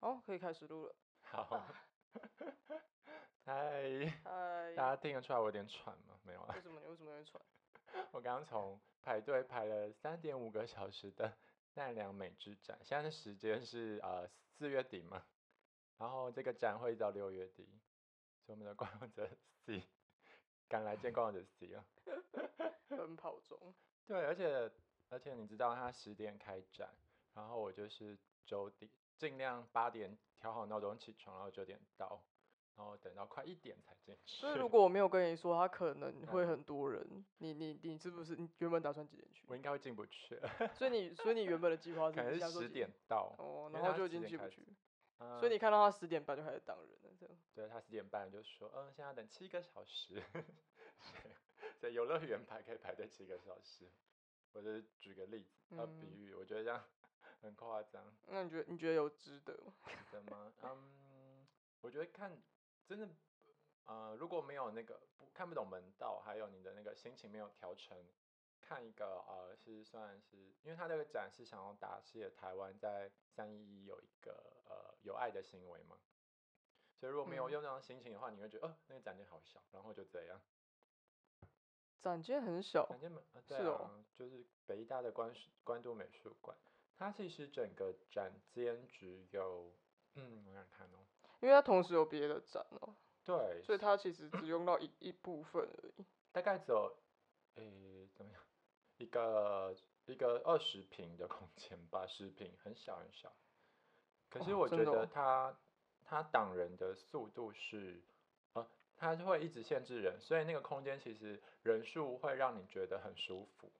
哦，可以开始录了。好，嗨，嗨 大，家听得出来我有点喘吗？没有啊，哎 为什么你为什么会喘？我刚刚从排队排了三点五个小时的奈良美之展，现在的时间是呃四月底嘛，然后这个展会到六月底，所以我们的观光者 C 赶来见观光者哦 C 了。奔跑中，对，而且而且你知道它十点开展，然后我就是九点尽量八点调好闹钟起床，然后九点到，然后等到快一点才进去。所以如果我没有跟你说，他可能会嗯很多人。你你你是不是你原本打算几点去？我应该会进不去了，所以你哦所以你原本的计划可能是是想说十几点到。哦，因然为后他就已10经点去不开始去，嗯所以你看到他十点半就开始当人了，这样。对他十点半就说，嗯，现在等七个小时， 在游乐园排可以排队七个小时。我就是举个例子，要比嗯喻，我觉得这样 很夸张。那你觉得你觉得有值得吗？的吗？嗯，我觉得看真的，呃，如果没有那个不看不懂门道，还有你的那个心情没有调成，看一个呃是算是，因为他这个展是想要打谢台湾在三一一有一个呃有爱的行为嘛，所以如果没有嗯用这样心情的话，你会觉得哦、那个展件好小，然后就这样，展间很小，展件嘛，啊对是啊，哦就是北艺大的关关渡美术馆，它其实整个展间只有嗯，我想看哦。因为它同时有别的展哦、对，所以它其实只用到一一部分而已。大概只有，诶、怎么样？一个一个二十平的空间吧，十平，很小很小。可是哇我真的觉得哦它它挡人的速度是，呃，它就会一直限制人，所以那个空间其实人数会让你觉得很舒服，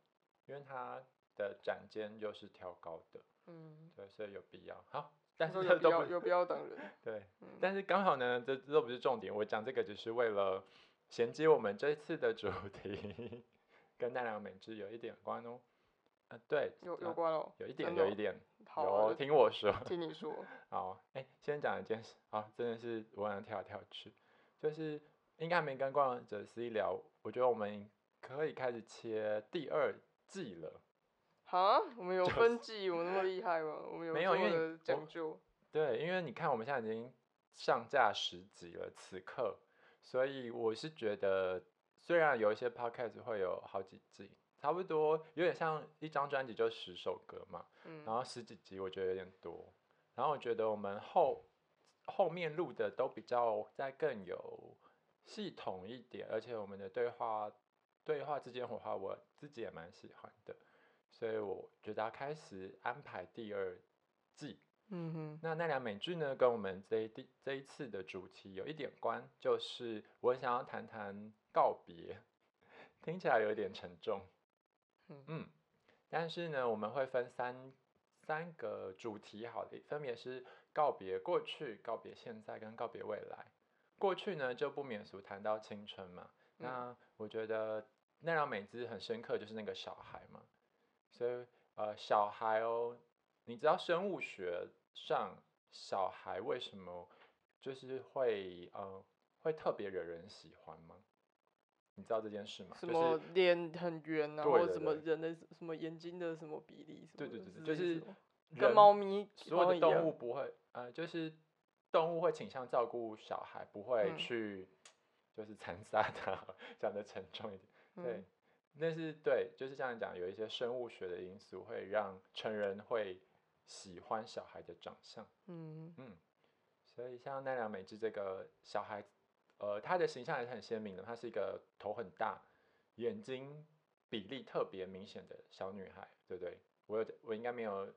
因为它的展间又是挑高的，嗯，对，所以有必要。好，但是说这有必都要不有必要当人。对，嗯但是刚好呢，这这都不是重点，我讲这个只是为了衔接我们这一次的主题， 跟奈良美智有一点关哦。啊、对，有呃有关哦，有一点，真有的一哦点，好啊，有就听我说。听你说，好，哎、先讲一件事，好，真的是我想跳来跳去，就是应该还没跟观光者 C 聊，我觉得我们可以开始切第二季了。哈，我们有就是分季，我们那么厉害吗？我们有没有这因么为的我讲究，对，因为你看我们现在已经上架十集了，此刻，所以我是觉得，虽然有一些 podcast 会有好几季，差不多有点像一张专辑就十首歌嘛，嗯然，后十几集我觉得有点多，然后我觉得我们后后面录的都比较再更有系统一点，而且我们的对话对话之间火花我自己也蛮喜欢的，所以我觉得要开始安排第二季。嗯哼，那奈良美智呢，跟我们这一第这一次的主题有一点关，就是我想要谈谈告别，听起来有一点沉重，嗯但是呢，我们会分三三个主题，好的，分别是告别过去、告别现在跟告别未来。过去呢，就不免俗谈到青春嘛，嗯那我觉得奈良美智很深刻，就是那个小孩嘛，所以呃，小孩哦，你知道生物学上小孩为什么就是会呃会特别惹人喜欢吗？你知道这件事吗？什就是么脸很圆啊，对或者对什么对人的什么眼睛的什么比例什么对的，对是对对这就意思是吗跟人猫咪所有猫的一动样物不会，呃，就是动物会倾向照顾小孩，不会嗯去、就是残杀他， 讲的沉重一点。对嗯，那是对，就是这样讲，有一些生物学的因素会让成人会喜欢小孩的长相。嗯嗯，所以像奈良美智这个小孩，呃，他的形象还是很鲜明的，她是一个头很大、眼睛比例特别明显的小女孩，对不对？我有，我应该没有，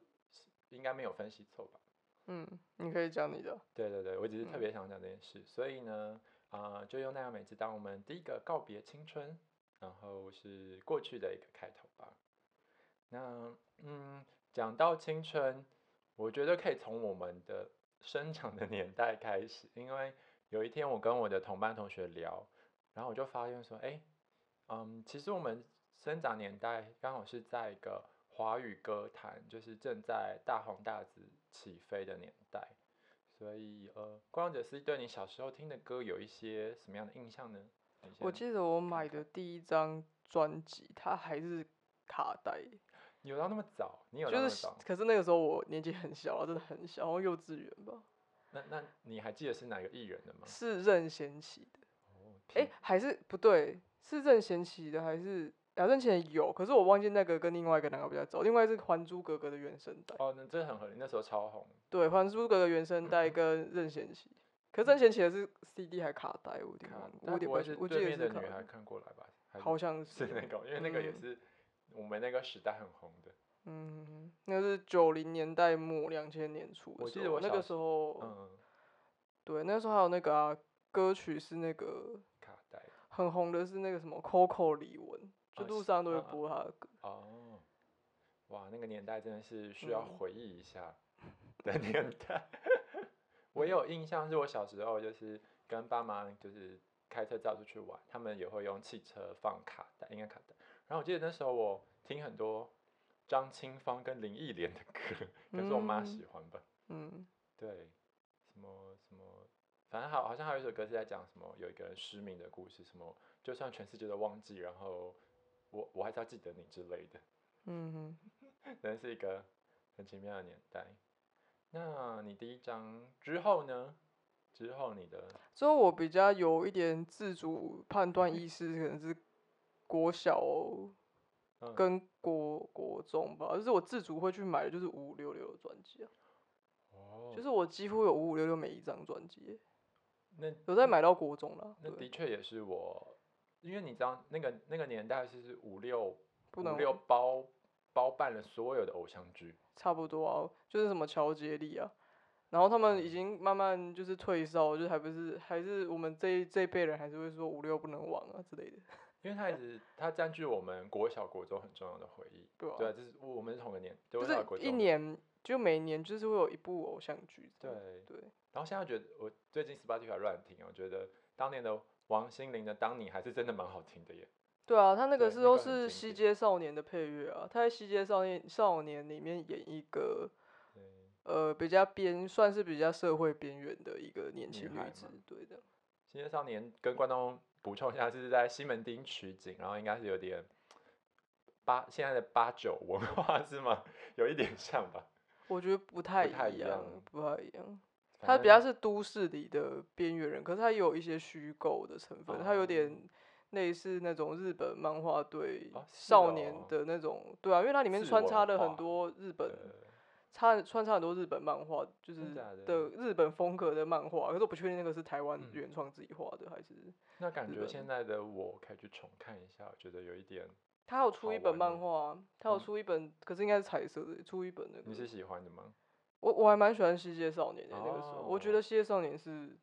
应该没有分析错吧？嗯，你可以讲你的，对对对，我只是特嗯别想讲这件事，所以呢，啊、就用奈良美智当我们第一个告别青春，然后是过去的一个开头吧。那嗯，讲到青春，我觉得可以从我们的生长的年代开始，因为有一天我跟我的同班同学聊，然后我就发现说，哎，嗯，其实我们生长年代刚好是在一个华语歌坛就是正在大红大紫起飞的年代。所以，呃，观光者是对你小时候听的歌有一些什么样的印象呢？你我先记得我买看的第一张专辑，它还是卡带，你有到那么早，你有到那就么是早，啊可是那个时候我年纪很小，真的很小，好像幼稚园吧，那那你还记得是哪个艺人的吗？是任贤齐的，哦，哎、天还是不对，是任贤齐的还是啊？任贤齐有，可是我忘记那个跟另外一个哪个比较早，另外是《还珠格格》的原声带，哦，那这很合理，那时候超红。对，《还珠格格》原声带跟任贤齐，可是任贤齐的是 CD 还卡带，我有点看忘，，我那有点嗯不不太会啊是清我记对得面是的卡女孩带，看过来吧？还好像是那个，因为那个也嗯是我们那个时代很红的。嗯，那是九零年代末两千年初的我时记得候啊我那小个时时候，嗯，对，那时候还有那个啊，歌曲是那个卡带。很红的是那个什么 Coco 李玟，就啊路是上都会啊啊播她的歌。哦，哇，那个年代真的是需要嗯回忆一下的年 代。我有印象，是我小时候就是跟爸妈就是开车载我出去玩，他们也会用汽车放卡带，应该卡带。然后我记得那时候我听很多张清芳跟林忆莲的歌，可是我妈嗯喜欢吧？嗯，对，什么什么，反正好好像还有一首歌是在讲什么有一个人失明的故事，什么就算全世界都忘记，然后我我还是要记得你之类的。 嗯哼，真是一个很奇妙的年代。那你第一章之后呢？之后你的之后我比较有一点自主判断意识，可能是国小嗯跟国国中吧，就是我自主会去买的就是五五六六的专辑啊，哦，就是我几乎有五五六六每一张专辑耶，那有在买到国中了，嗯那的对，确也是我，因为你知道那个那个年代是五六不五能六包包办了所有的偶像剧，差不多啊，就是什么乔杰利啊，然后他们已嗯经慢慢就是退烧，就是还不是还是我们这一这一辈人还是会说五六不能忘啊之类的，因为它一直它占据我们国小国中很重要的回忆。对吧、对啊，就是我们是同个年，就就是国是一中的。年就每年就是会有一部偶像剧这对样，，对，然后现在觉得我最近 Spotify 乱听，我觉得当年的王心凌的《当你》还是真的蛮好听的耶。对啊，他那对个是那都个很是《经西典街少年》的配乐啊，他在《西街少年少年》里面演一个对。呃比较边算是比较社会边缘的一个年女轻孩女嘛子，对的， 《新的少年》跟观众补充一下，是在西门町取景，然后应该是有点八现在的八九文化是吗？有一点像吧。我觉得不太太一一样样，不太一样。反他比较正是都市里的边缘人，可是他也有一些虚构的成分，他有哦点类似那种日本漫画对哦是少年哦的那种，对啊，因为它里面次穿文插了化很多日本呃插穿插很多日本漫画，就是真假的日本风格的漫画，可是我不确定那个是台湾嗯原创自己画的、还是那感日觉本现在的我可以去重看一下，我觉得有一点他有出好一本玩漫耶画啊，他有嗯出一本，可是应该是彩色的，出一本那你是个。喜欢的吗？我我还蛮喜欢《西街少年》的、那个时候，我觉哦得《西街少年》是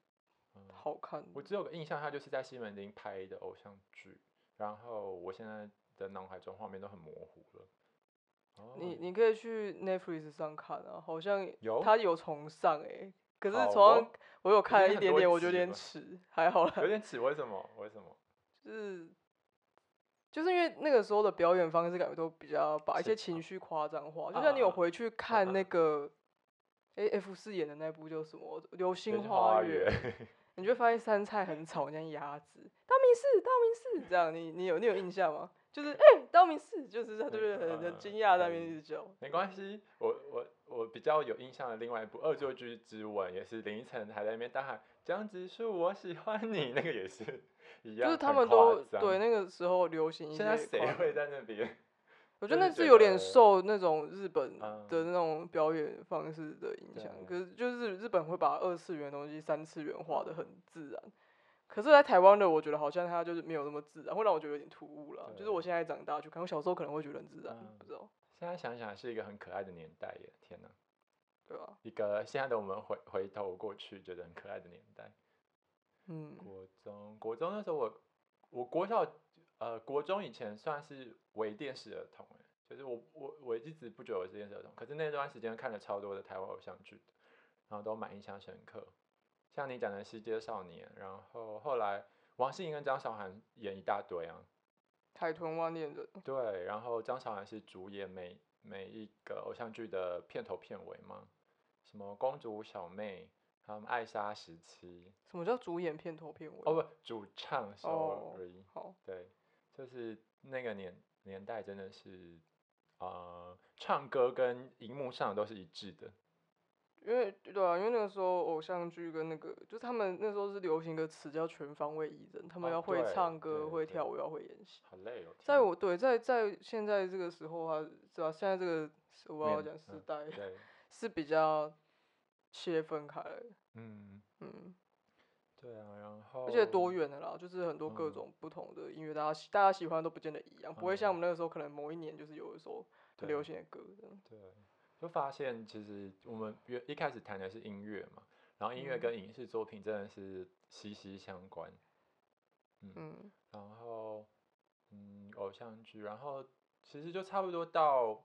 嗯好看的。我只有个印象，它就是在西门町拍的偶像剧，然后我现在的脑海中画面都很模糊了。哦你你可以去 Netflix 上看啊，好像有它有重上哎、可是哦好重上哦我有看经了一很点多点，我觉得有集了点吧迟，还好啦。有点迟，为什么？为什么？就是就是因为那个时候的表演方式，感觉都比较把一是些的情绪夸张化。就像你有嗯嗯嗯回去看那嗯个，哎、f 四演的那部叫什么《流流星星花园 园》，你就会发现杉菜很吵，像鸭子，道明寺，道明寺，这样你你有你有印象吗？就是哎、道明寺，就是他那就是个很嗯很惊讶在那可边以一直叫，没关系，我我我比较有印象的另外一部《恶作剧之吻》也是林依晨还在那边大喊“江直树，我喜欢你”，那个也是一样，就是他很们夸都张对那个时候流行一些现夸在张。谁啊会在那边？ 我觉就得那是是觉有点得受那种日本嗯的那种表演方式的影响，对啊可是就是日本会把二次元的东西三次元化的很自然，可是，在台湾的我觉得好像它就是没有那么自然，会让我觉得有点突兀了。就是我对现在长大去看，我小时候可能会觉得很自然，嗯不知道，现在想想是一个很可爱的年代耶！天哪，对啊吧、一个现在的我们回回头过去觉得很可爱的年代。嗯，国中国中那时候我我国小呃国中以前算是微电视儿童哎，就是我我我一直不觉得我是电视儿童，可是那段时间看了超多的台湾偶像剧，然后都蛮印象深刻。像你讲的《西街少年》，然后后来王心凌跟张韶涵演一大堆啊，海豚湾恋人，对，然后张韶涵是主演每每一个偶像剧的片头片尾嘛，什么公主小妹，还有艾莎时期，什么叫主演片头片尾？哦不，主唱 sorry，、哦好，对，就是那个年年代真的是，呃，唱歌跟荧幕上都是一致的，因为对啊，因为那个时候偶像剧跟那个就是他们那时候是流行一个词叫全方位艺人，他们哦要会对唱对歌、对会对跳舞、要会演戏。好累哦。在天我对在在现在这个时候啊，是吧、现在这个我不知道面讲时嗯代、对，是比较切分开来的，嗯，嗯，对啊，然后而且多元的啦，就是很多各嗯种不同的音乐，大家喜大家喜欢都不见得一样，不会像嗯我们那个时候可能某一年就是有一首很对流行的歌这样，对，就发现其实我们原一开始谈的是音乐嘛，然后音乐嗯跟影视作品真的是息息相关。嗯然后，嗯，偶像剧，然后其实就差不多到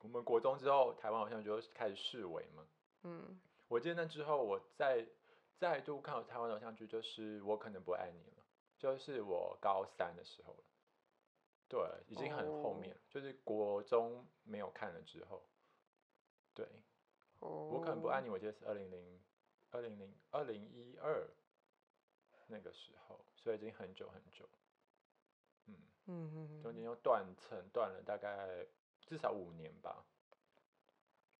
我们国中之后，台湾偶像剧就开始式微嘛。嗯，我记得那之后，我再再度看到台湾偶像剧，就是《我可能不爱你了》，就是我高三的时候了。对，已经很后哦面了就是国中没有看了之后。对，哦，我可能不爱你，我记得是二零零、二零零、二零一二那个时候，所以已经很久很久。嗯，嗯，嗯中间嗯，又断层断了大概至少五年吧。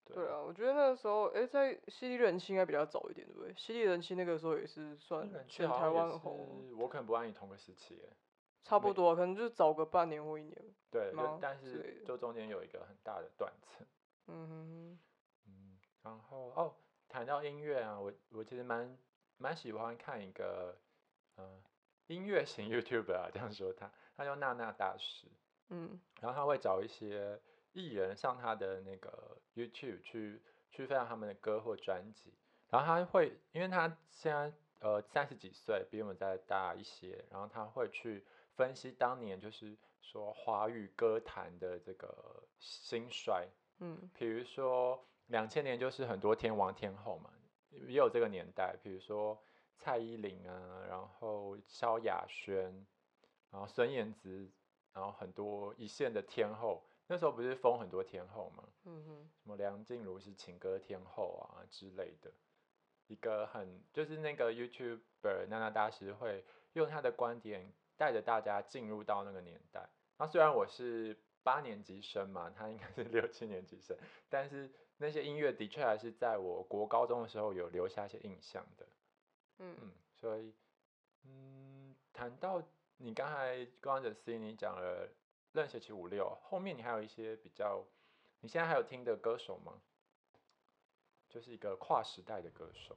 对对啊，我觉得那个时候，哎、在犀利人气应该比较早一点，对不对？犀利人气那个时候也是算日本剧全好台像也湾红，是我可能不爱你同个时期耶，差不没多啊，可能就是早个半年或一年，对，吗就但之类是的就中间有一个很大的断层。嗯哼哼，嗯，然后哦，谈到音乐啊，我我其实蛮蛮喜欢看一个呃音乐型 YouTube 啊，这样说他，他叫娜娜大师。嗯然后他会找一些艺人上他的那个 YouTube 去去分享他们的歌或专辑，然后他会，因为他现在呃三十几岁，比我们再大一些，然后他会去分析当年就是说华语歌坛的这个兴衰，嗯比如说两千年就是很多天王天后嘛，也有这个年代，比如说蔡依林啊，然后萧亚轩，然后孙燕姿，然后很多一线的天后，那时候不是封很多天后嘛，嗯哼，什么梁静茹是情歌天后啊之类的，一个很就是那个 YouTuber 娜娜大师会用他的观点带着大家进入到那个年代。那虽然我是八年级生嘛，他应该是六七年级生，但是那些音乐的确还是在我国高中的时候有留下一些印象的。嗯嗯，所以，嗯，谈到你刚才光着 C，你讲了任学期五六，后面你还有一些比较，你现在还有听的歌手吗？就是一个跨时代的歌手，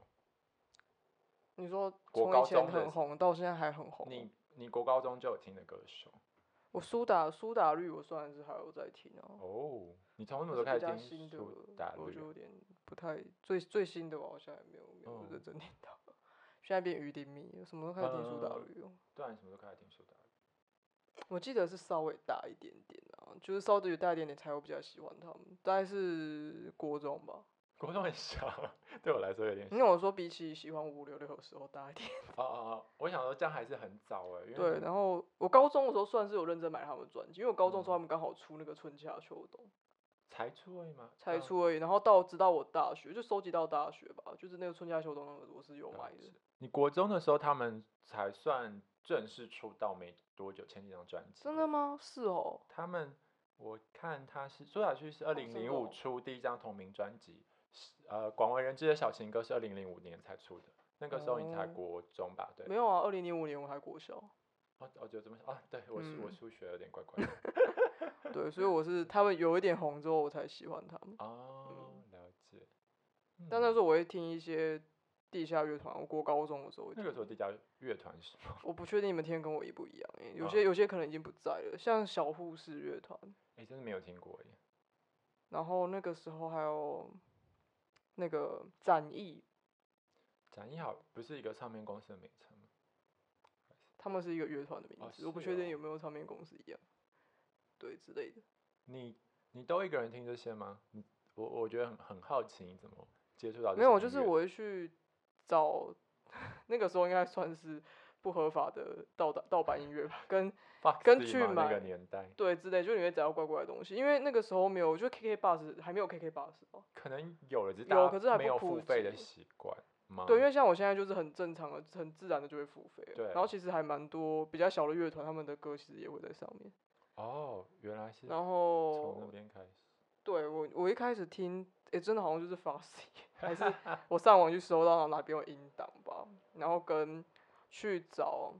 你说国从高以前中的很红到现在还很红，你你国高中就有听的歌手我苏打苏打绿，我算是还有在听啊。哦，你从什么时我是候开比始较听新的苏打，我绿就啊？有点不太最最新的，我好像也没有没有嗯认真听到。现在变于丁蜜，我什么时候开始听苏打嗯绿哦？对啊，你什么时候开始听苏打绿？ 我记得是稍微大一点点啊，就是稍微大一点点才会比较喜欢他们，大概是国中吧。国中很小，对我来说有点小。因为我说比起喜欢五六六的时候大一点，哦哦哦，我想说这样还是很早哎、因对。为然后我高中的时候算是有认真买他们专辑，因为我高中的时候嗯他们刚好出那个春夏秋冬。才出而已嘛，才嗯出而已，然后到直到我大学就收集到大学吧，就是那个春夏秋冬那个我是有了买的解，你国中的时候，他们才算正式出道没多久，前几张专辑。真的？吗？是哦，他们，我看他是苏打绿是二零真的零哦五出第一张同名专辑，是呃，广为人知的小情歌是二零零五年才出的，那个时候你才哦国中吧？对。没有啊，二零零五年我还国小，哦，我就这么想啊，对我数我嗯数学有点怪 怪的。对，所以我是他们有一点红之后我才喜欢他们，哦，嗯了解。嗯但那时候候我会听一些地下乐团，我国高中的时候会那听个时候第一家乐团是什么？我不确定你们听的跟我一不一样、欸，有啊些有些可能已经不在了，像小护士乐团，哎、真的没有听过耶。然后那个时候还有那个展翼，展艺好不是一个唱片公司的名称吗？他们是一个乐团的名哦字，我不是确定哦有没有唱片公司一样，对之类的。你你都一个人听这些吗？你我我觉得很很好奇，你怎么接触到这没有，些就是音乐我会去找， 那个时候应该算是不合法的盗版盗版音乐吧，跟 Foxy 跟去嘛那买个年代，对之类，就你会找到怪怪的东西，因为那个时候没有，就 KK bus 还没有 KK bus 哦、可能有了，只是有大可是还家没不有普付费的及习惯吗？对，因为像我现在就是很正常的、很自然的就会付费了，嗯对然后其实还蛮多比较小的乐团，他们的歌其实也会在上面。哦，原来是然从那后，边开始。对我我一开始听，哎、也真的好像就是 Foxy，还 是我上网去搜到哪边有音档吧，然后跟去找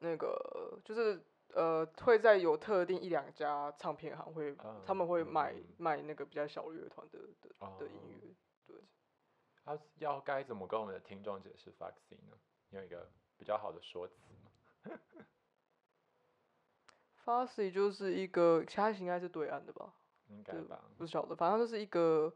那个就是呃会在有特定一两家唱片行会，他们会卖嗯卖那个比较小乐团的的哦的音乐。要要该怎么跟我们的听众解释 Foxy 呢？你有一个比较好的说辞吗？ Foxy 就是一个，其他应该是对岸的吧，应该对吧。不晓得，反正就是一个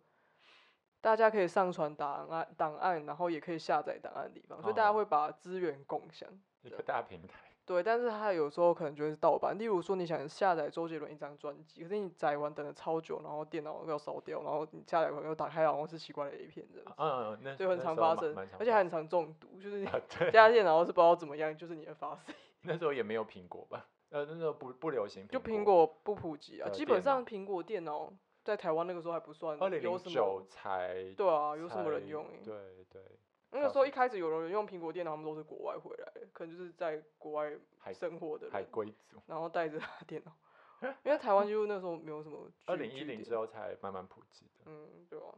大家可以上传档案档案，然后也可以下载档案的地方，所以大家哦会把资源共享。一对个大平 台，对，但是它有时候可能就会是盗版。例如说，你想下载周杰伦一张专辑，可是你载完等了超久，然后电脑要烧掉，然后你下载完又打开，好像是奇怪的 A 片这样子，嗯，那就很那常时候发蛮生蛮，常而且发还很常中毒，就是 你啊，对，家电脑是不知道怎么样，就是你的发生。那时候也没有苹果吧？呃，那时候不不流行，就苹。果不普及啊，的基本呃电脑上苹果电脑在台湾那个时候还不算二零有零什么九，才对啊，有什么人才用、欸？对对，那到个时候现一开始有人用苹果电脑，他们都是国外回来的，可能就是在国外海生活的海人，归 族。然后带着他的电脑， 因为台湾就那时候没有什么据。二零一据零点之后才慢慢普及的。嗯，对啊，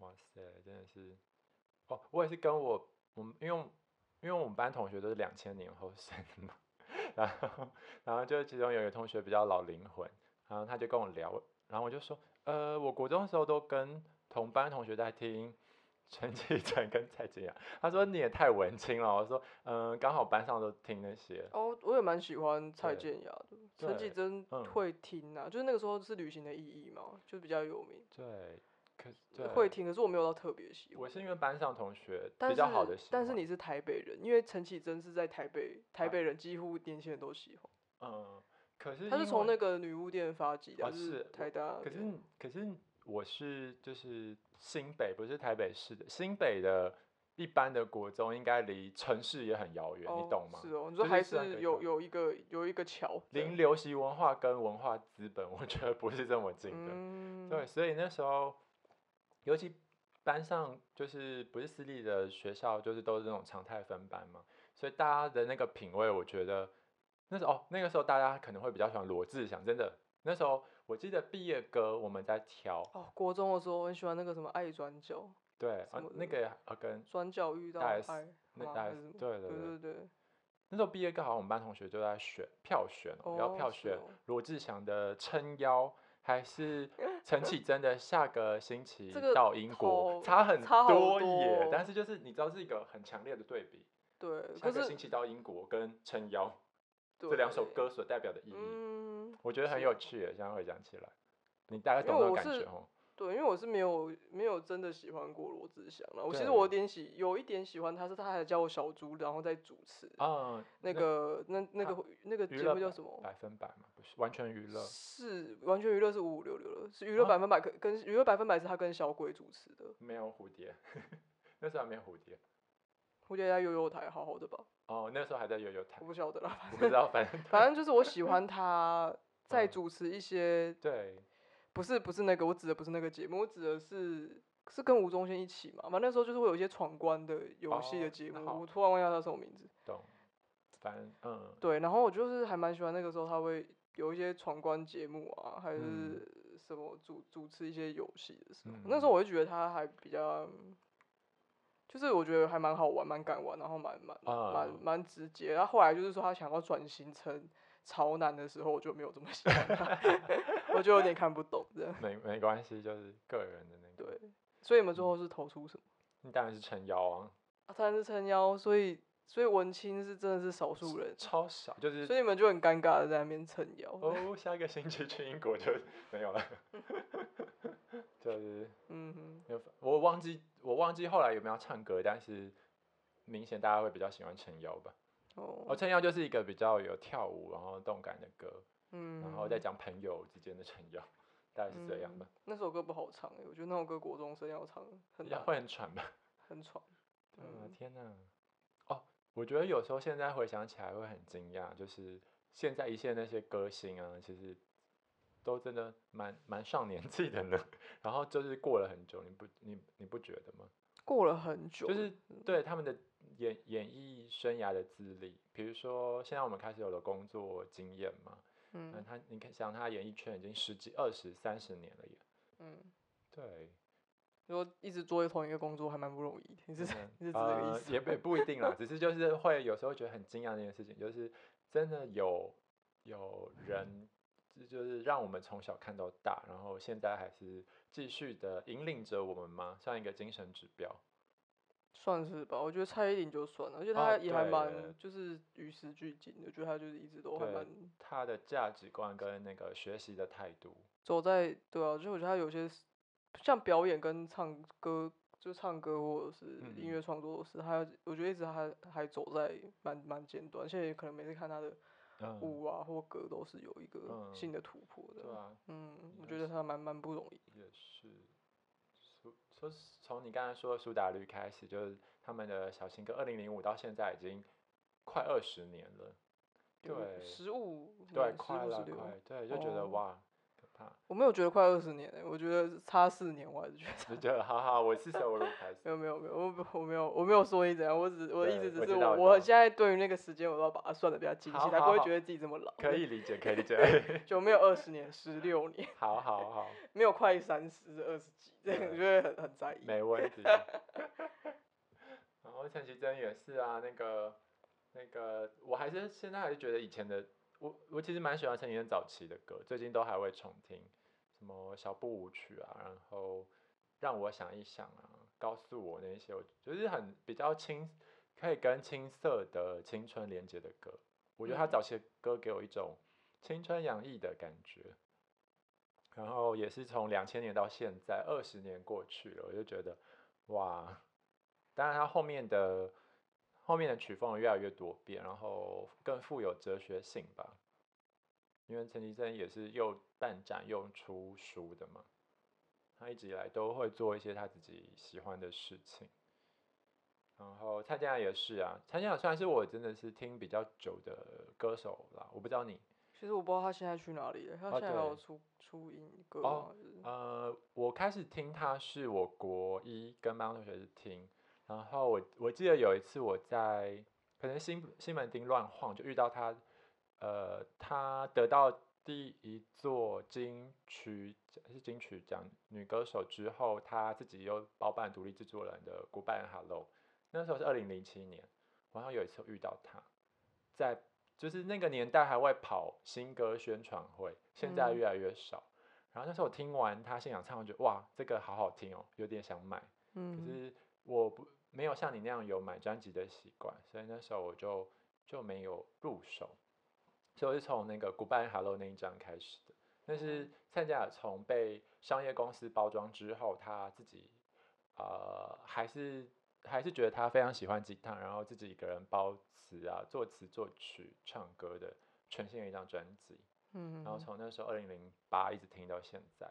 哇塞，真的是，哦，我也是跟我我们因为我因为我们班同学都是两千年后生的嘛，然后然后就其中有一个同学比较老灵魂，然后他就跟我聊，然后我就说，呃，我国中的时候都跟同班同学在听。陈绮贞跟蔡健雅，他说你也太文青了。我说，嗯、刚好班上都听那些，哦，我也蛮喜欢蔡对健雅的，陈绮对贞嗯会听啊，就是那个时候是旅行的意义嘛，就比较有名，对，可对，会听，可是我没有到特别喜欢。我是因为班上同学但比是较好的喜但是欢你是台北人，因为陈绮贞是在台北，台啊北人几乎年轻人都喜欢。嗯，可是她是因从为那个女巫店发迹的，啊就是台大可的。是可是我是就是新北，不是台北市的，新北的一般的国中应该离城市也很遥远，哦你懂吗？是哦，你说就是还自然是隔有阂有一个有一个桥这样离流行文化跟文化资本，我觉得不是这么近的。嗯，对，所以那时候，尤其班上就是不是私立的学校，就是都是那种常态分班嘛，所以大家的那个品味，我觉得那时候哦，那个时候大家可能会比较喜欢罗志祥，真的。那时候我记得毕业歌我们在挑，哦，国中的时候我很喜欢那个什么爱转角，对，什啊么、那的个也啊跟转角遇到大爱 S，那吗大还 S，是什么嗯对对对对，对对，那时候毕业歌好像我们班同学就在选票选哦，哦，要票是选哦罗志祥的《撑腰》，还是陈绮贞的《下个星期这个到英国》头差很差好多耶。多但是就是你知道是一个很强烈的对比，对，下可个星是期到英国跟《撑腰》这两首对，歌所代表的意义，嗯，我觉得很是有趣耶。现在回想起来，你大概因懂为那种我感是觉哦。对，因为我是没有没有真的喜欢过罗志祥了，我其实对我有点喜有一点喜欢他是他还叫我小猪，然后在主持嗯，那个那那个那个娱节乐目叫版啊什么？百分百嘛，不是完全娱乐是完全娱乐是五五六六了，是娱乐啊百分百跟跟娱乐百分百是他跟小鬼主持的，没有蝴蝶， 那时候还没有蝴蝶我觉得他悠悠台好好的吧，哦，那时候还在悠悠台我，不晓得啦，我不知道，反正反正就是我喜欢他 在嗯主持一些，对，不是不是那个，我指的不是那个节目，我指的是是跟吴宗宪一起嘛，反正那时候就是会有一些闯关的游戏的哦节那目，好我突然忘记他叫什么名字，懂，反正嗯。对，然后我就是还蛮喜欢那个时候他会有一些闯关节目啊，还嗯是什么主主持一些游戏的时候，那时候嗯我就觉得他还比较，就是我觉得还蛮好玩，蛮敢玩，然后蛮蛮蛮啊蛮直接。然后后来就是说他想要转型成潮男的时候，我就没有这么喜欢他， 我就有点看不懂这样。没没关系，就是个人的那个。对，所以你们最后是投出什么？你当然是撑腰啊，啊，三是撑腰，所以所以文青是真的是少数人，超少，就是所以你们就很尴尬的在那边撑腰。哦，下个星期去英国就没有了。 就是嗯哼。没有我忘记我忘记后来有没有唱歌，但是明显大家会比较喜欢撑腰吧。哦，哦，撑腰就是一个比较有跳舞然后动感的歌，嗯，嗯然后再讲朋友之间的撑腰，大概是这样吧。那首歌不好唱、欸，我觉得那首歌国中生要唱很要难，会很喘吧？很喘。嗯，嗯天哪！哦，我觉得有时候现在回想起来会很惊讶，就是现在一线那些歌星啊，其实都真的蛮蛮上年纪的呢。 然后就是过了很久，你不你你不觉得吗？过了很久就了，嗯是对他们的演演艺生涯的资历，比如说现在我们开始有了工作经验嘛，那嗯，他你看想他演艺圈已经十几、二十、三十年了耶。嗯，对，就说一直做同一个工作还蛮不容易的，你是真的你是指这个意呃思也也不一定 啦，只是就是会有时候觉得很惊讶的一件事情，就是真的有有人就就是让我们从小看到大，然后现在还是继续的引领着我们吗？像一个精神指标。算是吧，我觉得蔡依林就算了，而且哦她也还对蛮、了就是与时俱进的，我觉得她就是一直都还对蛮他的价值观跟那个学习的态度，走在对啊，就我觉得她有些是像表演跟唱歌，就唱歌或者是音嗯乐创作都是，她我觉得一直还还走在蛮蛮尖端，现在可能每次看她的嗯，舞啊或歌都是有一个嗯新的突破的对，啊，嗯，我也觉得她蛮蛮不容易，也是。苏说是从你刚才说的苏打绿开始，就是他们的小情歌，二零零五到现在已经快二十年了。对十五对，年快15了， 16快，对，就觉得、哦哇，可怕，我没有觉得快二十年、欸，我觉得差四年，我还是觉得 就觉得哈哈，我是首入开始，没有没有没有，我不我没有我没有说你怎样，我只我一对直只我是知道我我知道现在对于那个时间我都要把它算的比较精好细，才好不会好觉得自己这么老。可以理解，可以理解， 就没有二十年，十六年，好好好，没有快三十，二十几，这样 对就会很很在意。没问题。然后陈绮贞也是啊，那个那个，我还是现在还是觉得以前的我，我其实蛮喜欢陈绮贞早期的歌，最近都还会重听，什么小步舞曲啊，然后让我想一想啊，告诉我那一些，我就是很比较青，可以跟青涩的青春连接的歌。我觉得他嗯早期的歌给我一种青春洋溢的感觉。然后也是从两千年到现在，二十年过去了，我就觉得哇，当然他后面的后面的曲风越来越多变，然后更富有哲学性吧。因为陈绮贞也是又办展又出书的嘛，他一直以来都会做一些他自己喜欢的事情。然后蔡健雅也是啊，蔡健雅算是我真的是听比较久的歌手啦，我不知道你，其实我不知道他现在去哪里了，他哦现在还有对出出音歌哦吗？就是呃，我开始听他是我国一跟班上同学是听，然后我我记得有一次我在可能新新门町乱晃，就遇到他，呃，他得到第一座金曲奖是金曲奖女歌手之后，他自己又包办独立制作人的古拜 Hello，那时候是二零零七年，我好像有一次遇到他，在就是那个年代还会跑新歌宣传会，现在嗯越来越少。然后那时候我听完他现场唱，我觉得哇，这个好好听哦，有点想买。可嗯，是我不没有像你那样有买专辑的习惯，所以那时候我就就没有入手。所以我是从那个《Goodbye Hello》那一张开始的。但是蔡健雅从被商业公司包装之后，她自己呃还是还是觉得她非常喜欢吉他，然后自己一个人包词啊、作词、作曲、唱歌的，全新的一张专辑。嗯，然后从那时候二零零八一直听到现在。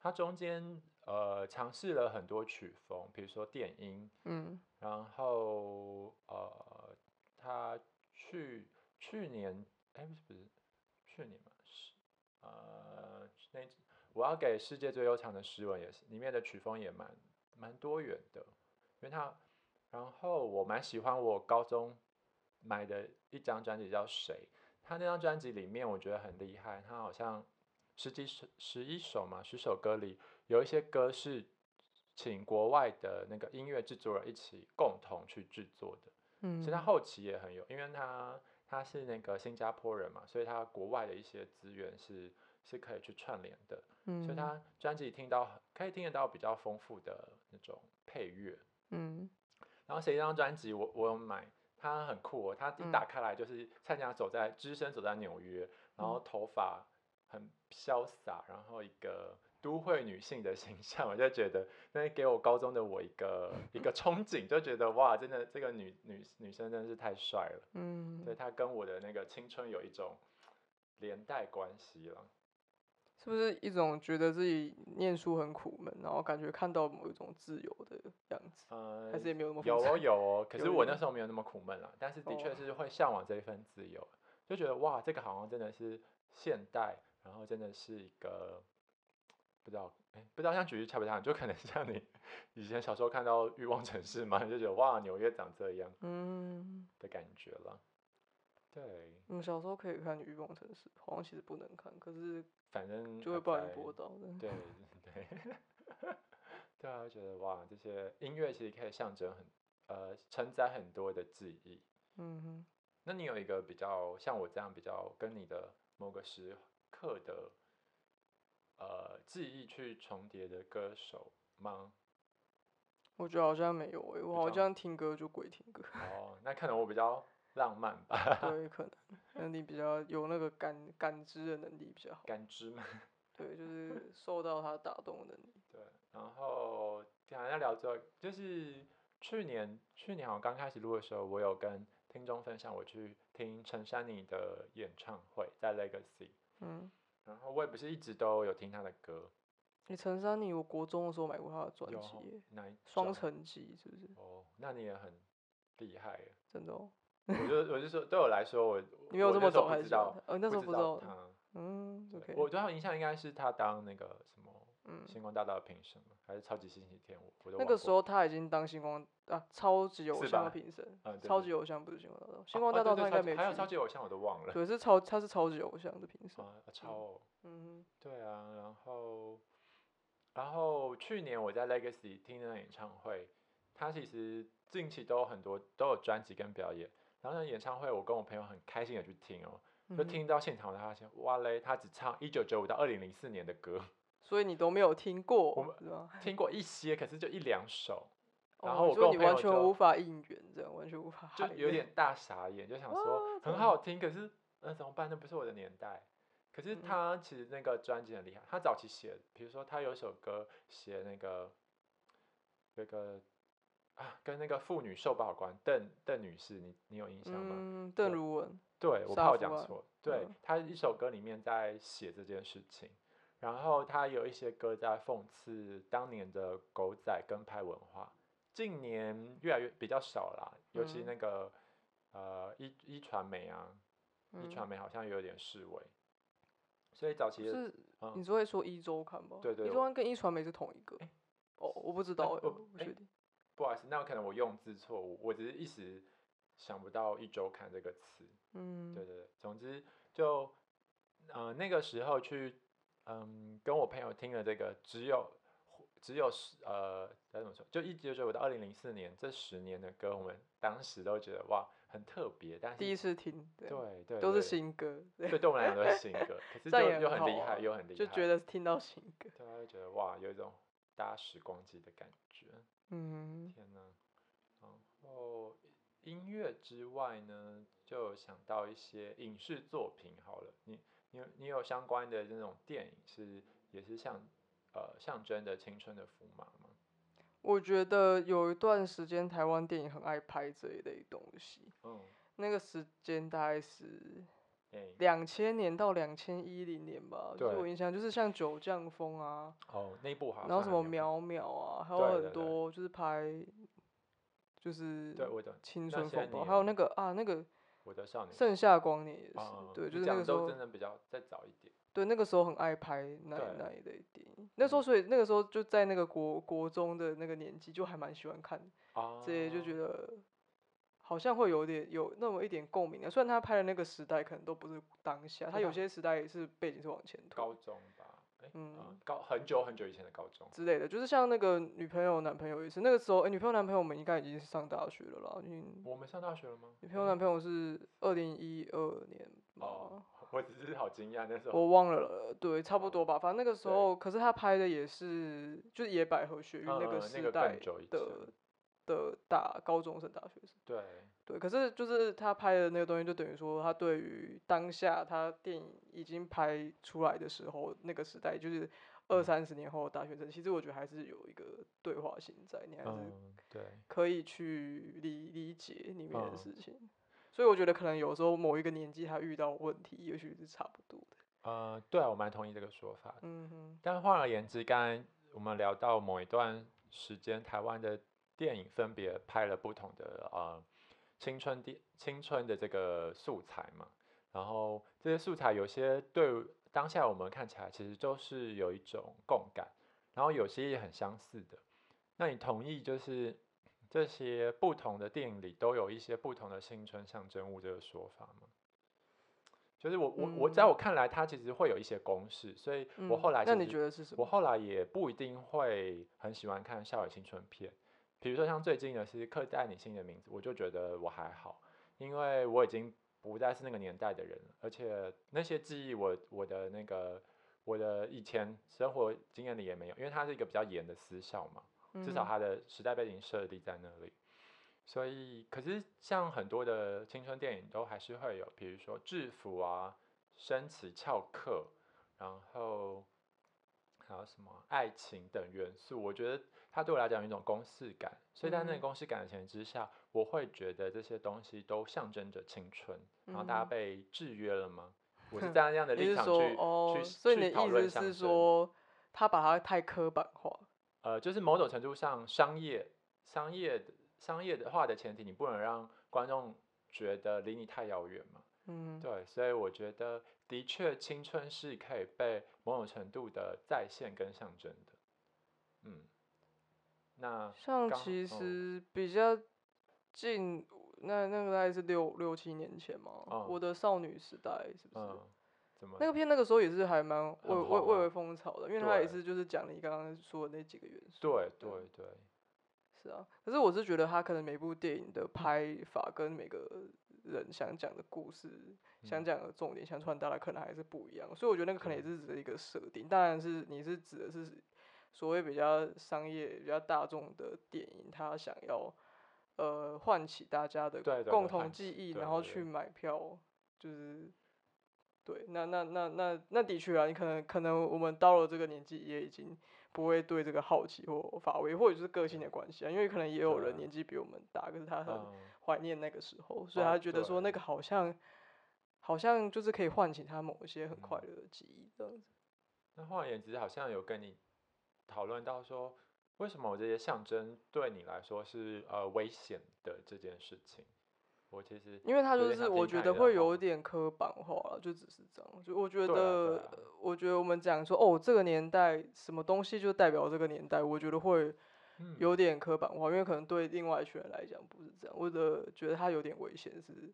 它中间呃尝试了很多曲风，比如说电音，嗯然后呃，他去去年哎不是不是去年嘛是呃那我要给世界最悠长的诗文也是里面的曲风也蛮蛮多元的，因为他然后我蛮喜欢我高中买的一张专辑叫谁，他那张专辑里面我觉得很厉害，他好像十几首十一首嘛十首歌里有一些歌是请国外的那个音乐制作人一起共同去制作的。嗯，其实他后期也很有，因为他他是那个新加坡人嘛，所以他国外的一些资源是是可以去串联的，嗯，所以他专辑听到可以听得到比较丰富的那种配乐。嗯然后谁这张专辑我我有买，它很酷哦，它嗯一打开来就是蔡健雅走在只身走在纽约，然嗯后头发很潇洒，然后一个都会女性的形象， 我就觉得那给我高中的我一 个一个憧憬，就觉得哇，真的这个女女女生真的是太帅了，嗯，对她跟我的那个青春有一种连带关系了。是不是一种觉得自己念书很苦闷，然后感觉看到某一种自由的样子，呃，还是也没有那么有复杂哦有哦，可有是我你那吗时候没有那么苦闷啦，但是的确哦是会向往这一份自由，就觉得哇，这个好像真的是现代，然后真的是一个不知道哎，不知道像举例差不差，就可能像你以前小时候看到《欲望城市》嘛，就觉得哇，纽约长这样嗯，的感觉了。对，我们小时候可以看《欲望城市》，好像其实不能看，可是反正就会把不小心播到的。嗯对 对，对啊，觉得哇，这些音乐其实可以象征很呃承载很多的记忆。嗯哼，那你有一个比较像我这样比较跟你的某个时刻的呃记忆去重叠的歌手吗？我觉得好像没有诶、我比好较像听歌就鬼听歌，哦，那可能我比较浪漫吧， 对，可能，那你比较有那个感感知的能力比较好，感知嘛。对， 就是受到他打动的能力。对，然后好像聊这，就是去年去年好像刚开始录的时候，我有跟听众分享我去听陈珊妮的演唱会，在 Legacy，嗯，然后我也不是一直都有听她的歌，你陈珊妮，我国中的时候买过她的专有啊辑耶，哪一双种城记是不是？哦，那你也很厉害耶，真的哦，我就我就说对我来说，我你没有我这那么时候早不开知始道玩，的，哦，你那时候不知知道道，她，嗯对，OK，我对她的印象应该是她当那个什么嗯，星光大道的评审嘛，还是超级星期天，我我都那忘个过时候他已经当星光啊，超级偶是像的吧评审，啊对超对级偶像不是星光大道，哦星光哦大对道对他应超该级没有还有去超，级偶像我都忘了对，是超他是超级偶像的评审，啊，超偶嗯对啊，然后，然后去年我在 Legacy 听的演唱会，他其实近期都有很多都有专辑跟表演。然后那演唱会，我跟我朋友很开心的去听哦，哼，就嗯哼，听到现场，我才发现，哇嘞，他只唱一九九五到二零零四年的歌，所以你都没有听过，我们是吧？听过一些，可是就一两首，然哦后我就跟我你朋完友全就无法应援，这样完全无法就嗨，有点大傻眼，就想说哇哦怎很么好听，可是那怎么办？那不是我的年代。可是嗯他其实那个专辑很厉害，他早期写，比如说他有一首歌写那个，有一个啊，跟那个妇女受不好关，邓邓女士，你你有印象吗？嗯，邓对如雯，对，我杀怕我夫讲啊错。对嗯，他一首歌里面在写这件事情，然后他有一些歌在讽刺当年的狗仔跟拍文化，近年越来越比较少啦，尤其嗯那个、呃一一传媒啊，嗯一，传媒好像有点示威，所以早期的是嗯你是会说一周刊吧？对对一我周刊跟一传媒是同一个诶，哦，我不知道欸，我我不诶确定，不好意思，那可能我用字错误，我只是一时想不到一周刊这个词。嗯，对对对，总之就，呃，那个时候去，嗯，跟我朋友听了这个，只有只有十呃，该怎么说？就一九九五到二零零四年这十年的歌，我们当时都觉得哇，很特别，但是第一次听，对，对对都是对，新歌，对，对，对我们来讲都是新 歌，可是这样就也又很很厉好害，啊又很厉害，就觉得听到新歌，对啊，就觉得哇，有一种搭时光机的感觉。嗯。天呐，然后音乐之外呢，就有想到一些影视作品好了。你你有你有相关的那种电影是也是象呃象征着青春的符码吗？我觉得有一段时间台湾电影很爱拍这一类东西，嗯，那个时间大概是电影两千年到两千一零年吧，对就我印象就是像《九降风》啊，哦，那部好像然后什么还没有看淼淼啊，还对有对很对多就是拍就是对我的青那春些风暴，年还有那个啊那嗯个我的少年盛夏光年也是，啊，对，你就是那讲个的时都候真的比较再早一点，对，那个时候很爱拍那对嗯那一类电影。那时候，所以那个时候就在那个国国中的那个年纪，就还蛮喜欢看啊，这些，就觉得好像会有点有那么一点共鸣啊。虽然他拍的那个时代可能都不是当下，他对有啊些时代也是背景是往前推高中吧，哎、嗯啊高很久很久以前的高中，之类的，就是像那个女朋友、男朋友也是，那个时候，哎、女朋友、男朋友我们应该已经是上大学了啦，嗯。我们上大学了吗？女朋友、男朋友是二零一二年吧，哦， 我只是好惊讶那时候。我忘了，对，差哦不多吧。反正那个时对候，可是他拍的也是就是野百合学运嗯那个嗯那时个更代久以前的的大高中生、大学生。对，对，可是就是他拍的那个东西，就等于说他对于当下他电影已经拍出来的时候，那个时代就是二嗯三十年后的大学生，其实我觉得还是有一个对话性在，你还是嗯，对，可以去理理解里面嗯的事情。所以我觉得可能有时候某一个年纪他遇到问题，也许是差不多的。呃，对啊，我蛮同意这个说法。嗯哼，但换而言之，刚才我们聊到某一段时间，台湾的电影分别拍了不同的呃青春电青春的这个素材嘛，然后这些素材有些对于当下我们看起来其实都是有一种共感，然后有些也很相似的。那你同意就是这些不同的电影里都有一些不同的青春象征物这个说法吗？就是我我我在我看来，它其实会有一些公式，所以我后来嗯那你其觉实得是什我么？后来也不一定会很喜欢看校园青春片，比如说像最近的是《刻在你心里的名字》，我就觉得我还好，因为我已经不再是那个年代的人了，而且那些记忆我我的那个我的以前生活经验里也没有，因为它是一个比较严的私校嘛，至少嗯它的时代背景设立在那里。所以，可是像很多的青春电影都还是会有，比如说制服啊、升旗翘课，然后还有什么爱情等元素，我觉得它对我来讲有一种公式感。所以在那个嗯公式感的前提之下，我会觉得这些东西都象征着青春，然后大家嗯被制约了吗？我是站在这样的你立是场说去哦，去所以你去的讨意论思象是征说，他把它太刻板化？呃，就是某种程度上，商业、商业的、商业的化的前提，你不能让观众觉得离你太遥远嘛。嗯对，所以我觉得的确，青春是可以被某种程度的再现跟象征的。嗯，那像刚其嗯实比较近，那那个大概是六六七年前嘛，嗯我的少女时代是不是？嗯，怎么那个片那个时候也是还蛮蔚很蔚红蔚啊为风潮的，因为它也对是就是讲你刚刚说的那几个元素。对对对对，嗯是啊，可是我是觉得他可能每部电影的拍法跟每个人想讲的故事、想嗯讲的重点、想传达的可能还是不一样，所以我觉得那个可能也是只是一个设定。当然是你是指的是所谓比较商业、比较大众的电影，他想要呃唤起大家的对对对共唤同记起忆，对然后对对去买票，就是。对，那那那那那的确啊，你可能可能我们到了这个年纪，也已经不会对这个好奇或乏味，或者就是个性的关系啊，因为可能也有对人啊年纪比我们大，可是他很嗯怀念那个时候，所以哇他觉得说那哦对个好像好像就是可以唤起他某一些很快嗯乐的记忆这样子。那换而言之，好像有跟你讨论到说，为什么我这些象征对你来说是呃危险的这件事情？我其实因为他有就点是想我听觉看得你的会好有点刻板化了，就只是这样。就我觉对啊对得呃啊，我觉得我们讲说哦，这个年代什么东西就代表这个年代，我觉得会嗯有点刻板化，因为可能对另外一群人来讲不是这样。我的觉得它有点危险是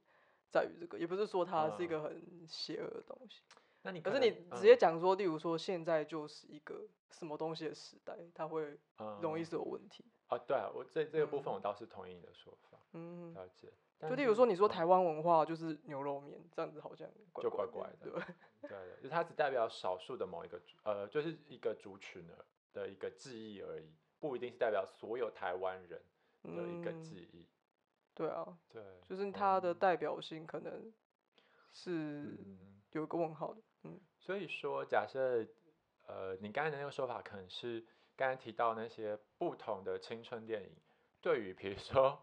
在于这个，也不是说它是一嗯个很邪恶的东西。那你可是能嗯你直接讲说，例如说现在就是一个什么东西的时代，它会嗯容易嗯是有问题。哦，对啊，我这这个部分嗯我倒是同意你的说法，嗯，了解。就啊但例如说是你说嗯台湾文化就是牛肉面，这样子好像怪就怪怪怪对的对的，就是它只代表少数的某一个族呃，就是一个族群的的一个记忆而已，不一定是代表所有台湾人的一个嗯记忆。对啊，对，就是它的哦代表性可能是嗯。有一个问号的。所以说，假设呃，你刚才的那个说法，可能是刚才提到那些不同的青春电影，对于比如说，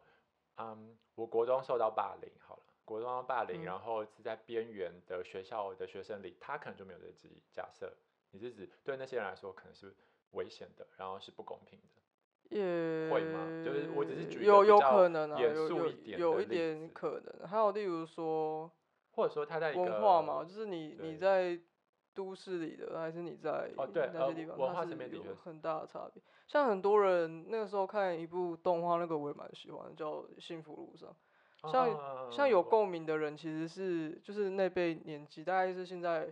嗯，我国中受到霸凌，好了，国中受到霸凌，嗯然后是在边缘的学校的学生里，他可能就没有这个记忆。假设你是指对那些人来说，可能是危险的，然后是不公平的。也会吗就是我只是举一有个比有较可能啊，严有肃有一点有的一例点子可能。还有例如说或者说他在一文化个嘛，就是你你对在都市里的，还是你在哦对那呃些地方，文它化是层面的有确是很大的差别。像很多人那个时候看一部动画，那个我也蛮喜欢的，叫《幸福路上》。像啊像有我共鸣的人，其实是就是那辈年纪，大概是现在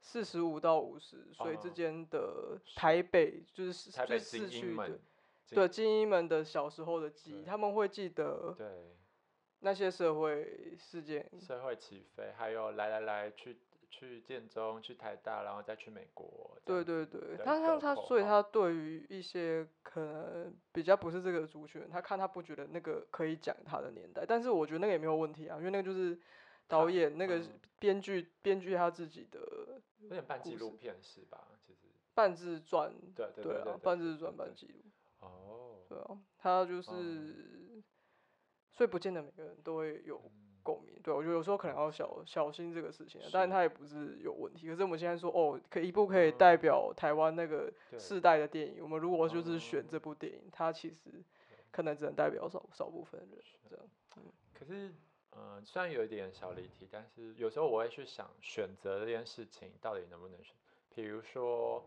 四十五到五十岁之啊间的是台北，就是市台就北是精市英区的们，精对精英们的小时候的记忆，对他们会记得对。那些社会事件，社会起飞，还有来来来去去建中、去台大，然后再去美国。这对样对子对的，他一他个他，口所以号他对于一些可能比较不是这个族群，他看他不觉得那个可以讲他的年代，但是我觉得那个也没有问题啊，因为那个就是导他演那个嗯编剧编剧他自己的有点半故纪录事片是吧？其实半自传，对对对对啊，半对自传对半记录，哦，对啊，他就哦是，所以不见得每个人都会有嗯共鸣。对，我觉得有时候可能了要解小小心这个事情啊，但是它是也不是有问题。可是我们现在说，哦，可一部可以代嗯表台湾那个对世代的电影，我们如果就是选这哦部电影，它其实可能只能代表少少部分人这样。可是，呃，虽然有一点小离题，但是有时候我会去想选择这件事情到底能不能选。比如说，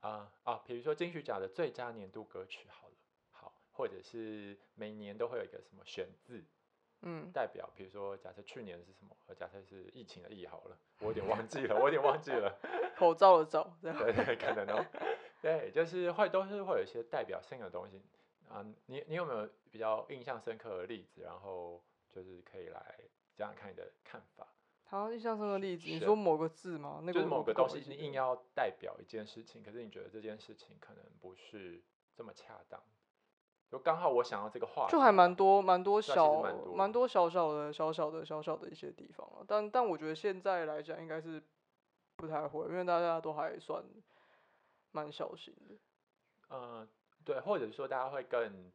啊、啊，比如说金曲奖的最佳年度歌曲，好了，好，或者是每年都会有一个什么选字，嗯，代表，比如说假设去年是什么，呃假设是疫情的疫好了，我有点忘记了，我有点忘记了，口罩的罩这样， 对对，可能哦，对，就是会都是会有一些代表性的东西啊、你你有没有比较印象深刻的例子？然后就是可以来讲讲看你的看法，好像印象深刻的例子，你是说某个字吗？那个就是我某不个搞东不西记你得硬要代表一件事情，可是你觉得这件事情可能不是这么恰当，就刚好我想要这个话题嘛，哦就还蛮多蛮多其实小蛮多蛮多小小的小小的小小的一些地方了，但但我觉得现在来讲应该是不太会，因为大家都还算蛮小心的。嗯，对，或者说大家会更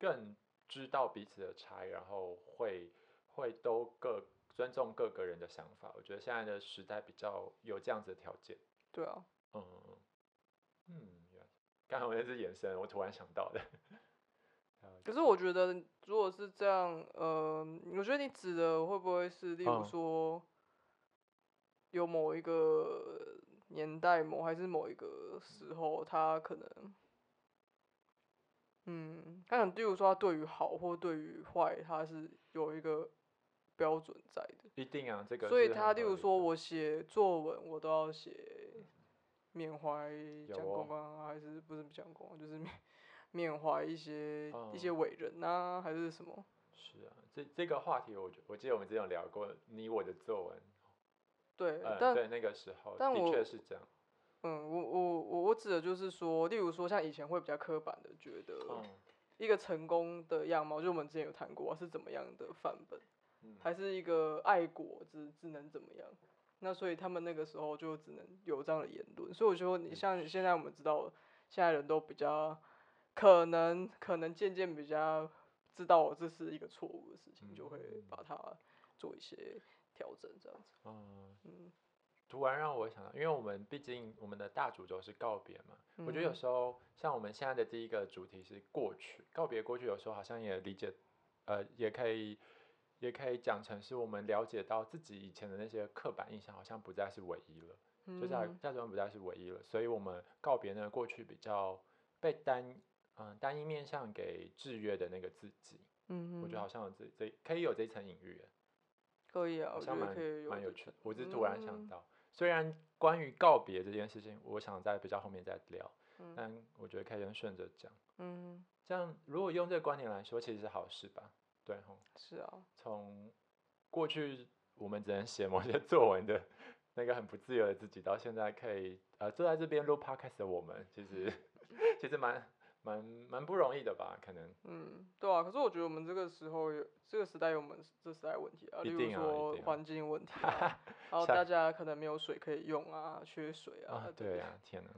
更知道彼此的差异，然后会会都各尊重各个人的想法。我觉得现在的时代比较有这样子的条件。对啊，嗯嗯，原来刚才我那只眼神，我突然想到的。呃了可是解我觉得如果是这样，呃，我觉得你指的会不会是例如嗯说、有某一个年代某还是某一个时候，他可能。嗯，他可能，例如说，他对于好或对于坏，他是有一个标准在的。一定啊，这个所以是很他例合如理说的我写作文，我都要写缅怀有蒋哦公啊，还是不是蒋公，就是缅缅怀一些、一些哦伟人呐、还是什么？是啊，这这个话题我觉我记得我们之前有聊过你我的作文，对，嗯，但对那个时候但的我确是这样，嗯，我我我我指的就是说，例如说像以前会比较刻板的觉得嗯一个成功的样貌，就我们之前有谈过、啊、是怎么样的范本，嗯，还是一个爱国只只能怎么样？那所以他们那个时候就只能有这样的言论，所以我觉得你嗯像现在我们知道，现在人都比较可能可能渐渐比较知道这是一个错误的事情，就会嗯把它做一些调整，这样子。嗯。嗯，突然让我想到，因为我们毕竟我们的大主轴是告别嘛，我觉得有嗯时候像我们现在的第一个主题是过去，告别过去，有时候好像也理解，呃，也可以也可以讲成是我们了解到自己以前的那些刻板印象好像不再是唯一了，就价嗯价值观不再是唯一了，所以我们告别那个过去比较被单嗯、单一面向给制约的那个自己，嗯我觉得哼好像有这这可以有这层隐喻耶。可以啊，好我像觉得蛮可以蛮有这趣种的。我只是突然想嗯到，虽然关于告别这件事情，我想在比较后面再聊，嗯但我觉得可以先顺着讲。嗯，这样如果用这个观点来说，其实是好事吧？对吼，是啊，从过去我们只能写某些作文的那个很不自由的自己，到现在可以呃坐在这边录 podcast 的我们，其实 其实蛮蛮蛮不容易的吧？可能嗯，对啊。可是我觉得我们这个时候有这个时代有我们这时代的问题啊，一例如定啊一说定啊环境问题 啊，然后下大家可能没有水可以用啊，缺水啊啊，，对对啊，天哪！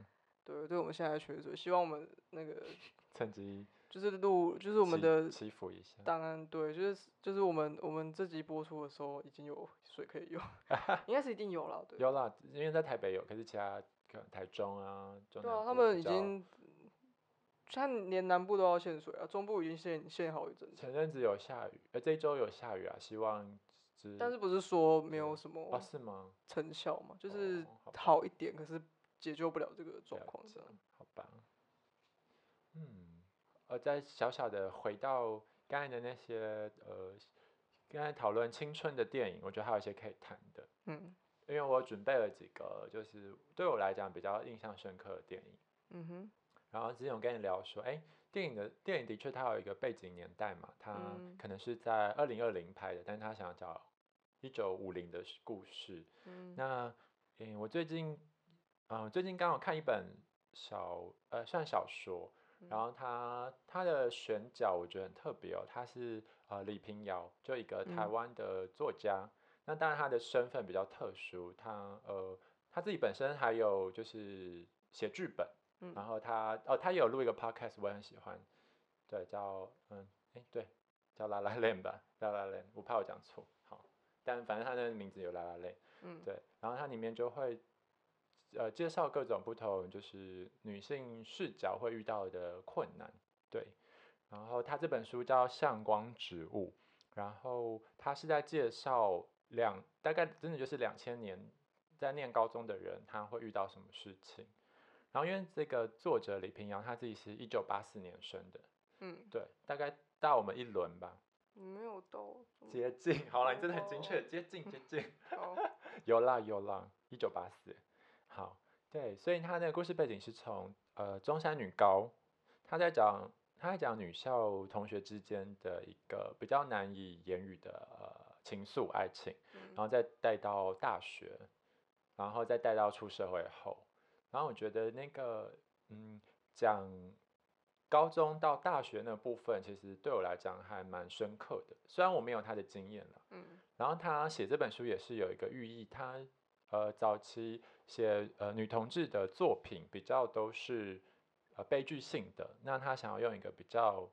对，对我们现在的缺水，希望我们那个趁机就是录，就是我们祈的祈福一下，档案，对，就是就是我们我们这集播出的时候已经有水可以 用，应该是一定有了，对，有啦，因为在台北有，可是其他可能台中啊，中对南啊，他部们比已较经，他连南部都要限水啊，中部已经限限好一阵子，前阵子有下雨，呃，这一周有下雨啊，希望是但是不是说没对有什哦么是吗？成效嘛，就是哦好吧好一点，可是解救不了这个状了况解这样，好吧，嗯，呃，再小小的回到刚才的那些呃，刚才讨论青春的电影，我觉得还有一些可以谈的，嗯因为我准备了几个，就是对我来讲比较印象深刻的电影。嗯哼，然后之前有跟你聊说，哎，电影的电影的确它有一个背景年代嘛，它嗯可能是在二零二零拍的，但它想要找一九五零的事故事。嗯那嗯，我最近嗯、呃最近刚好看一本小呃算小说，然嗯后它它的选角我觉得很特别哦，它是呃李平遥，就一个台嗯湾的作家。那当然他的身份比较特殊，他呃他自己本身还有就是写剧本，嗯然后他哦他也有录一个 podcast，我也很喜欢，对，叫嗯哎对，叫拉拉链吧，拉拉链，我怕我讲错，好，但反正他的名字有拉拉链。嗯对，然后它里面就会呃介绍各种不同就是女性视角会遇到的困难，对。然后它这本书叫《向光植物》，然后它是在介绍两大概真的就是两千年在念高中的人他会遇到什么事情。然后因为这个作者李平阳他自己是一九八四年生的，嗯对，大概大我们一轮吧。没有到这么接近，好了，你真的很精确，接近接近。高，有啦有啦，一九八四。好，对，所以他的故事背景是从呃中山女高，他在讲他在讲女校同学之间的一个比较难以言语的呃情愫爱情，然嗯后再带到大学，然后再带到出社会后，然后我觉得那个嗯讲。高中到大学那部分，其实对我来讲还蛮深刻的。虽然我没有他的经验了，嗯然后他写这本书也是有一个寓意，他呃早期写呃女同志的作品比较都是呃悲剧性的，那他想要用一个比较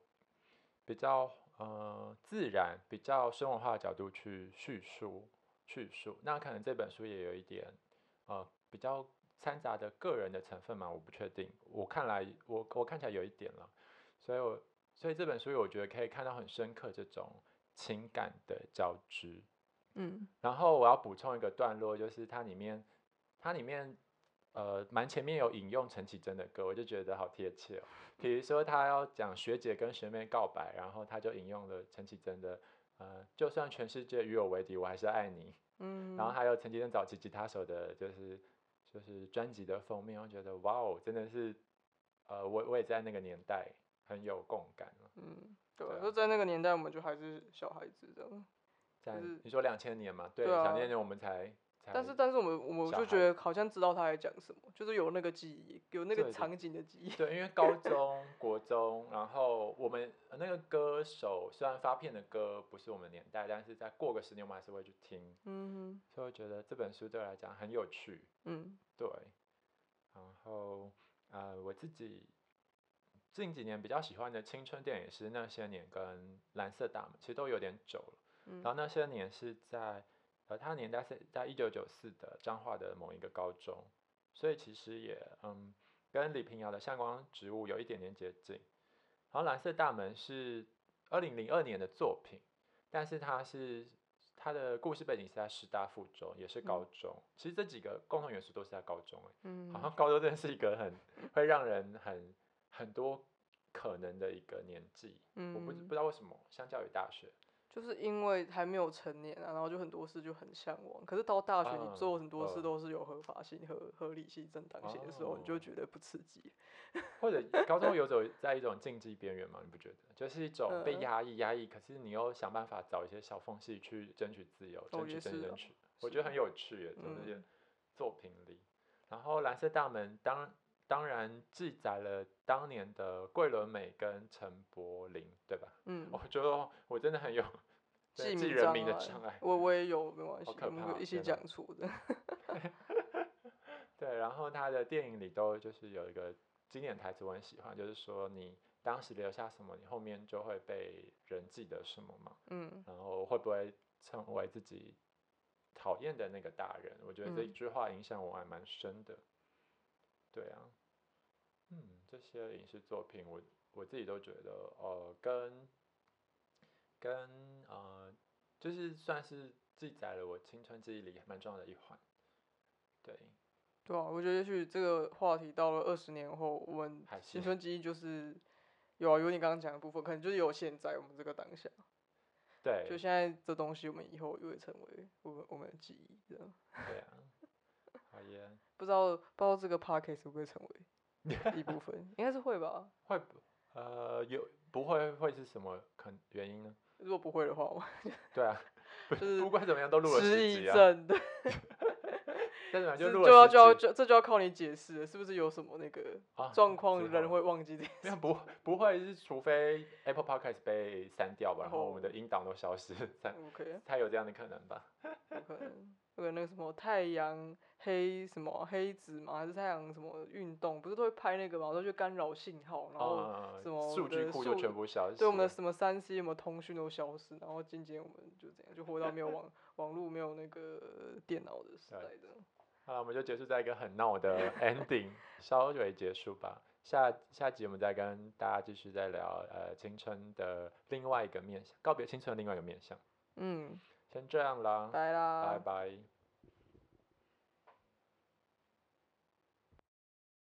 比较呃自然、比较生活化的角度去叙述叙述，那可能这本书也有一点呃比较掺杂的个人的成分嘛，我不确定，我看来我我看起来有一点了，所以我所以这本书我觉得可以看到很深刻这种。情感的交织。嗯然后我要补充一个段落，就是它里面，它里面，呃，蛮前面有引用陈绮贞的歌，我就觉得好贴切哦。比如说他要讲学姐跟学妹告白，然后他就引用了陈绮贞的，呃，就算全世界与我为敌，我还是爱你。嗯，然后还有陈绮贞早期吉他手的，就是就是专辑的封面，我觉得哇哦，真的是，呃，我我也在那个年代很有共感哦了。嗯，对对，啊就在那个年代，我们就还是小孩子这样。在是你说两千年嘛，对，嗯对两啊千年我们才，才但是，但是我们我们小就觉孩得好像知道他在讲什么，就是有那个记忆，有那对个对场景的记忆。对，因为高中、国中，然后我们呃那个歌手虽然发片的歌不是我们年代，但是在过个十年我们还是会去听，嗯所以我觉得这本书对我来讲很有趣。哼嗯对，然后呃，我自己近几年比较喜欢的青春电影是《那些年》跟《蓝色大门》，其实都有点久了。然后嗯那些年是在呃，他的年代是在一九九四的彰化的某一个高中，所以其实也嗯，跟李平遥的《向光植物》有一点点接近。然后《蓝色大门》是二零零二年的作品，但是它是它的故事背景是在师大附中，也是高中。其实这几个共同元素都是在高中、欸，好嗯像高中真的是一个很会让人很很多可能的一个年纪。我不不嗯，知道为什么，相较于大学。就是因为还没有成年啊，然后就很多事就很向往。可是到大学，嗯你做很多事嗯都是有合法性、合合理性、正当性的时候，你就哦会觉得不刺激。或者高中游走在一种竞技边缘嘛，你不觉得？就是一种被嗯压抑、压抑，可是你又想办法找一些小缝隙去争取自由，争取、也争取、是争啊取。我是觉得很有趣耶，在这些嗯作品里。然后《蓝色大门》当当然记载了当年的桂纶镁跟陈柏霖，对吧？ 嗯，我觉得我真的很有哦 对记名人障名的碍障碍。嗯我我也有，没关系好，可我们怕可以一起天哪讲出的。对，然后他的电影里都就是有一个经典台词，我很喜欢，就是说你当时留下什么，你后面就会被人记得什么嘛。嗯然后会不会成为自己讨厌的那个大人？我觉得这嗯句话影响我还蛮深的。对啊，嗯，这些影视作品我我自己都觉得，呃，跟跟呃，就是算是记载了我青春记忆里蛮重要的一环。对，对啊，我觉得也许这个话题到了二十年后，我们还青是春记忆就是有啊，有你刚刚讲的部分，可能就是有现在我们这个当下，对，就现在这东西，我们以后也会成为我们我们的记忆这样。对啊，好耶，不知道不知道这个 podcast 会不会成为一部 分，应该是会吧。会不呃有不会会是什么可能原因呢？如果不会的话，我对啊，不就是不管怎么样都录了失十忆集啊，症的，再怎么样这录就要了就要十集就这就要靠你解释了，是不是有什么那个啊状况之人后会忘 记这没有不不会是除非 Apple Podcast 被删掉吧，然后我们的哦音档都消失，才 OK，才有这样的可能吧？有可能有那个什么太阳黑什么啊黑子嘛，还是太阳什么运动，不是都会拍那个嘛，都去干扰信号，然后、啊什么数我据的库就数全部消失了，对我们的什么三 C 有没有通讯都消失，然后今天我们就这样就活到没有 网网络没有那个电脑的时对代的。好了，我们就结束在一个很 闹的 ending，稍微结束吧。下下集我们再跟大家继续再聊呃青春的另外一个面向，告别青春的另外一个面向。嗯，先这样啦，拜啦，拜拜